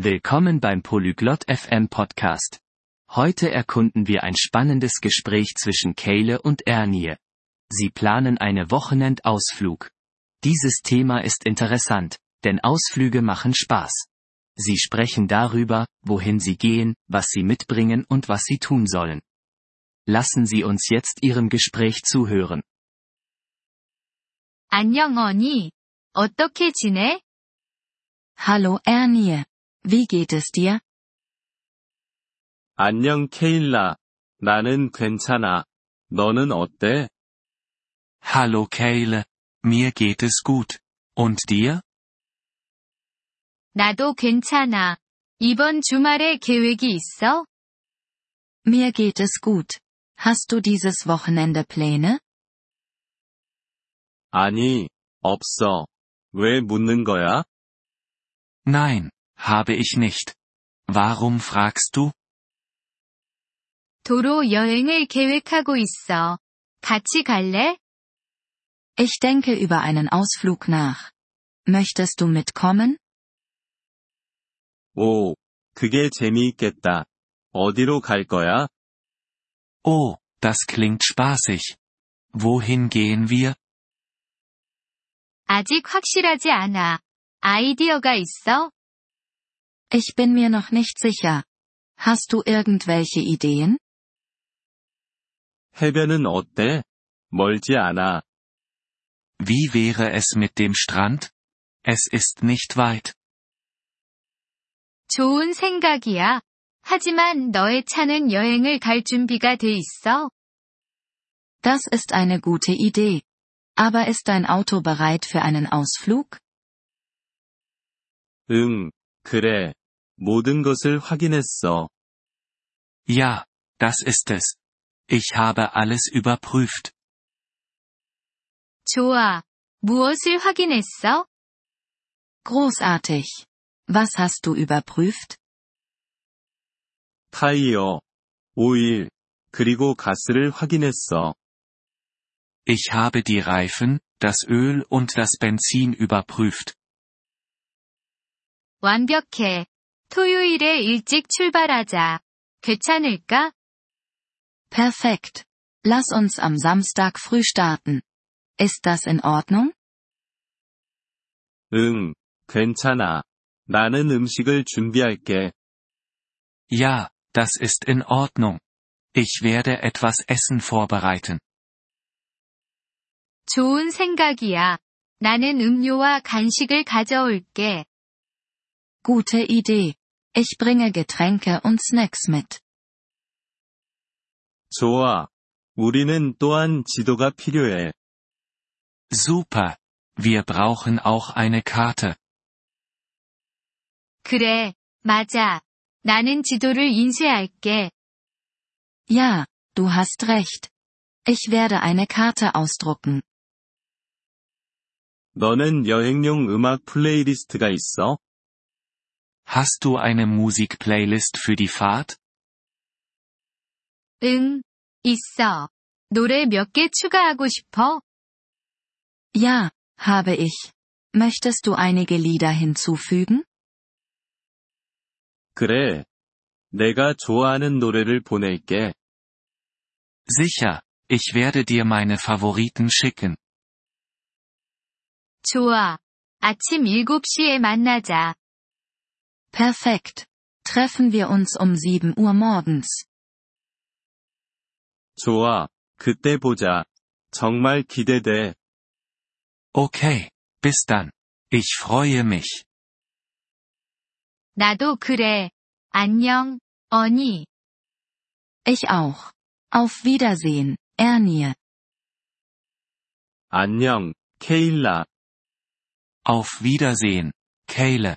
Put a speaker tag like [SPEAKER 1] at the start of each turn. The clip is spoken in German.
[SPEAKER 1] Willkommen beim Polyglot FM Podcast. Heute erkunden wir ein spannendes Gespräch zwischen Kayle und Ernie. Sie planen eine Wochenendausflug. Dieses Thema ist interessant, denn Ausflüge machen Spaß. Sie sprechen darüber, wohin sie gehen, was sie mitbringen und was sie tun sollen. Lassen Sie uns jetzt Ihrem Gespräch zuhören.
[SPEAKER 2] 안녕, 언니. 어떻게 지내?
[SPEAKER 3] Hallo Ernie. Wie geht es dir?
[SPEAKER 4] 안녕 케일라. 나는 괜찮아. 너는 어때?
[SPEAKER 5] Hallo Kayle. Mir geht es gut. Und dir?
[SPEAKER 2] 나도 괜찮아. 이번 주말에 계획이 있어?
[SPEAKER 3] Mir geht es gut. Hast du dieses Wochenende Pläne?
[SPEAKER 4] 아니, 없어. 왜 묻는 거야?
[SPEAKER 5] Nein, habe ich nicht. Warum fragst du?
[SPEAKER 2] 도로 여행을 계획하고 있어. 같이 갈래?
[SPEAKER 3] Ich denke über einen Ausflug nach. Möchtest du mitkommen?
[SPEAKER 4] 오, 그게 재미있겠다. 어디로 갈 거야?
[SPEAKER 5] Oh, das klingt spaßig. Wohin gehen wir?
[SPEAKER 2] 아직 확실하지 않아. 아이디어가 있어?
[SPEAKER 3] Ich bin mir noch nicht sicher. Hast du irgendwelche Ideen?
[SPEAKER 4] 해변은 어때? 멀지 않아.
[SPEAKER 5] Wie wäre es mit dem Strand? Es ist nicht weit.
[SPEAKER 2] 좋은 생각이야. 하지만 너의 차는 여행을 갈 준비가 돼 있어?
[SPEAKER 3] Das ist eine gute Idee. Aber ist dein Auto bereit für einen Ausflug?
[SPEAKER 4] 응, 그래. 모든 것을 확인했어.
[SPEAKER 5] Ja, das ist es. Ich habe alles überprüft.
[SPEAKER 2] 좋아. 무엇을 확인했어?
[SPEAKER 3] Großartig. Was hast du überprüft?
[SPEAKER 4] 타이어, 오일, 그리고 가스를 확인했어.
[SPEAKER 5] Ich habe die Reifen, das Öl und das Benzin überprüft.
[SPEAKER 2] 완벽해. 토요일에 일찍 출발하자. 괜찮을까?
[SPEAKER 3] Perfekt. Lass uns am Samstag früh starten. Ist das in Ordnung?
[SPEAKER 4] 응, 괜찮아. 나는 음식을 준비할게.
[SPEAKER 5] Ja, das ist in Ordnung. Ich werde etwas Essen vorbereiten.
[SPEAKER 2] 좋은 생각이야. 나는 음료와 간식을 가져올게.
[SPEAKER 3] Gute Idee. Ich bringe Getränke und Snacks mit.
[SPEAKER 4] 좋아. 우리는 또한 지도가 필요해.
[SPEAKER 5] Super. Wir brauchen auch eine Karte.
[SPEAKER 2] 그래, 맞아. 나는 지도를 인쇄할게.
[SPEAKER 3] Ja, du hast recht. Ich werde eine Karte ausdrucken.
[SPEAKER 4] 너는 여행용 음악 플레이리스트가 있어?
[SPEAKER 5] Hast du eine Musikplaylist für die Fahrt?
[SPEAKER 2] 응, 있어. 노래 몇 개 추가하고 싶어?
[SPEAKER 3] Ja, habe ich. Möchtest du einige Lieder hinzufügen?
[SPEAKER 4] 그래. 내가 좋아하는 노래를 보낼게.
[SPEAKER 5] Sicher, ich werde dir meine Favoriten schicken.
[SPEAKER 2] 좋아. 아침 7시에 만나자.
[SPEAKER 3] Perfekt. Treffen wir uns um 7 Uhr morgens.
[SPEAKER 4] 좋아. 그때 보자. 정말 기대돼.
[SPEAKER 5] Okay, bis dann. Ich freue mich.
[SPEAKER 2] 나도 그래. 안녕, 언니.
[SPEAKER 3] Ich auch. Auf Wiedersehen, Ernie.
[SPEAKER 4] 안녕, 케일라.
[SPEAKER 5] Auf Wiedersehen, Kayle.